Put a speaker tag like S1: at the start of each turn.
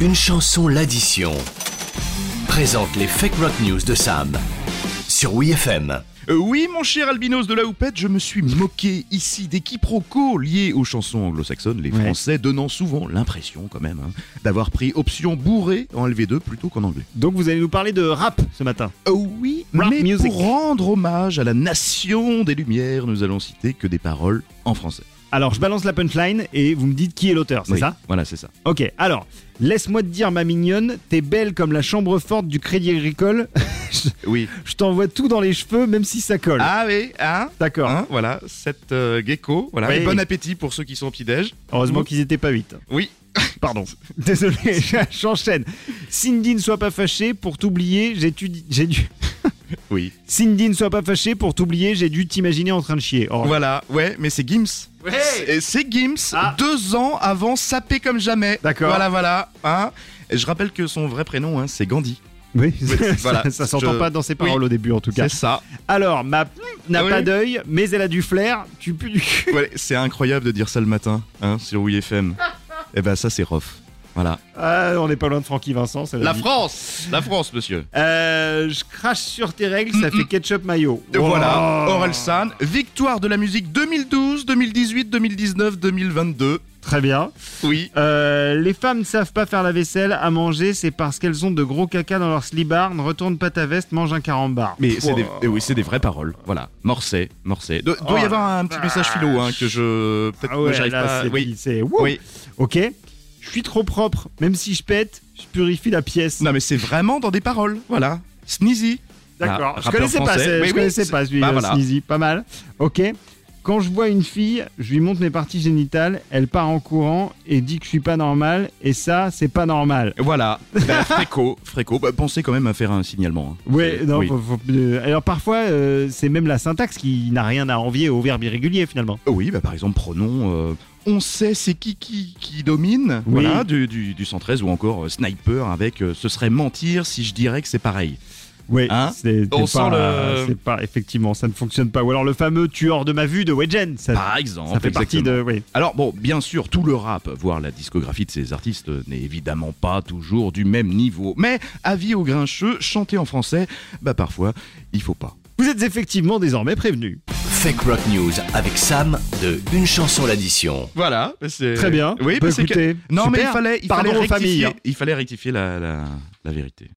S1: Une chanson, l'addition. Présente les Fake Rock News de Sam. Sur WeFM.
S2: Euh, oui, mon cher albinos de la houppette, je me suis moqué ici des quiproquos liés aux chansons anglo-saxonnes, les
S3: Ouais.
S2: Français donnant souvent l'impression, quand même, hein, d'avoir pris option bourré en LV2 plutôt qu'en anglais.
S3: Donc vous allez nous parler de rap ce matin.
S2: Oh oui,
S3: Rap
S2: mais
S3: music.
S2: pour rendre hommage à la nation des Lumières, nous allons citer que des paroles en français.
S3: Alors je balance la punchline et vous me dites qui est l'auteur, c'est
S2: Oui,
S3: ça
S2: Voilà, c'est ça.
S3: Ok, alors, laisse-moi te dire ma mignonne, t'es belle comme la chambre forte du Crédit Agricole,
S2: Oui.
S3: je t'envoie tout dans les cheveux même si ça colle.
S2: Ah oui, hein
S3: D'accord,
S2: Hein, voilà, cette euh, gecko. Voilà.
S3: Oui.
S2: Et bon appétit pour ceux qui sont au petit-déj.
S3: heureusement qu'ils étaient pas 8.
S2: Oui. Pardon.
S3: Désolé, j'enchaîne. Cindy ne sois pas fâchée, pour t'oublier, j'ai tu- j'ai dû...
S2: Oui.
S3: Cindy ne sois pas fâchée, pour t'oublier, j'ai dû t'imaginer en train de chier. Oh,
S2: Voilà, ouais, mais c'est Gims. Et c'est Gims,
S3: Ah.
S2: deux ans avant sapé comme jamais.
S3: D'accord.
S2: Voilà, voilà. Hein. Et je rappelle que son vrai prénom, hein, c'est Gandhi.
S3: Oui,
S2: voilà,
S3: ça, ça s'entend
S2: je-
S3: pas dans ses paroles
S2: oui.
S3: au début en tout cas.
S2: C'est ça. Ah
S3: Alors, ma p- n'a
S2: Oui.
S3: pas d'œil, mais elle a du flair, tu pues du cul.
S2: Ouais, c'est incroyable de dire ça le matin, hein, sur WeFM. Et ben ça, c'est rough. Voilà.
S3: Ah, on n'est pas loin de Francky Vincent, c'est vie.
S2: France La France, monsieur.
S3: Euh, je crache sur tes règles, ça fait ketchup mayo.
S2: Et Voilà,
S3: Oh.
S2: Orelsan, victoire de la musique 2012, 2018, 2019, 2022.
S3: Très bien.
S2: Oui.
S3: Euh, les femmes ne savent pas faire la vaisselle, à manger, c'est parce qu'elles ont de gros caca dans leur slibard. Ne retourne pas ta veste, mange un carambar.
S2: Mais c'est
S3: Wow.
S2: des, eh oui, c'est des vraies paroles. Voilà. Morcé, morcé. Do- doit y
S3: Oh
S2: avoir un petit message philo hein, que je. Peut-être
S3: Ah
S2: que
S3: ouais,
S2: j'arrive
S3: là,
S2: pas.
S3: c'est
S2: Oui.
S3: c'est- Wouh.
S2: oui.
S3: Ok. Je suis trop propre, même si je pète, je purifie la pièce.
S2: Non, mais c'est vraiment dans des paroles. Voilà. Sneezy.
S3: D'accord.
S2: Ah,
S3: je
S2: rappeur
S3: connaissais pas,
S2: français. Oui,
S3: c'est- je
S2: oui,
S3: connaissais
S2: c'est-
S3: pas celui
S2: bah,
S3: euh,
S2: voilà.
S3: Sneezy. Pas mal. Ok. Quand je vois une fille, je lui montre mes parties génitales, elle part en courant et dit que je suis pas normal, et ça, c'est pas normal.
S2: Voilà. Bah, fréco, fréco. Bah, pensez quand même à faire un signalement. hein.
S3: Ouais,
S2: Euh,
S3: non,
S2: oui.
S3: faut- faut- euh, alors parfois, euh, c'est même la syntaxe qui n'a rien à envier au verbe irrégulier finalement.
S2: Oui, bah, par exemple, pronom. euh, on sait c'est qui qui, qui domine.
S3: Oui.
S2: Voilà, du, du, du 113 ou encore euh, sniper avec euh, ce serait mentir si je dirais que c'est pareil.
S3: Oui,
S2: Hein
S3: c'est c'est
S2: On
S3: pas,
S2: sent le-
S3: c'est pas, effectivement, ça ne fonctionne pas. Ou alors le fameux tueur de ma vue de Wedgen, ça,
S2: Par
S3: ça
S2: exemple.
S3: fait partie
S2: Ah, exactement.
S3: de. Oui.
S2: Alors bon, bien sûr, tout le rap, voire la discographie de ces artistes, euh, n'est évidemment pas toujours du même niveau. Mais avis aux grincheux, chanter en français, bah parfois, il faut pas.
S3: Vous êtes effectivement désormais prévenu.
S1: Fake Rock News avec Sam de Une chanson, l'addition.
S2: Voilà, c'est
S3: Très bien.
S2: Oui,
S3: Bah,
S2: c'est que-
S3: écoutez,
S2: Non, mais
S3: super.
S2: il fallait, il
S3: Pardon
S2: fallait
S3: aux familles,
S2: rectifier,
S3: hein.
S2: il fallait rectifier la- la- la vérité.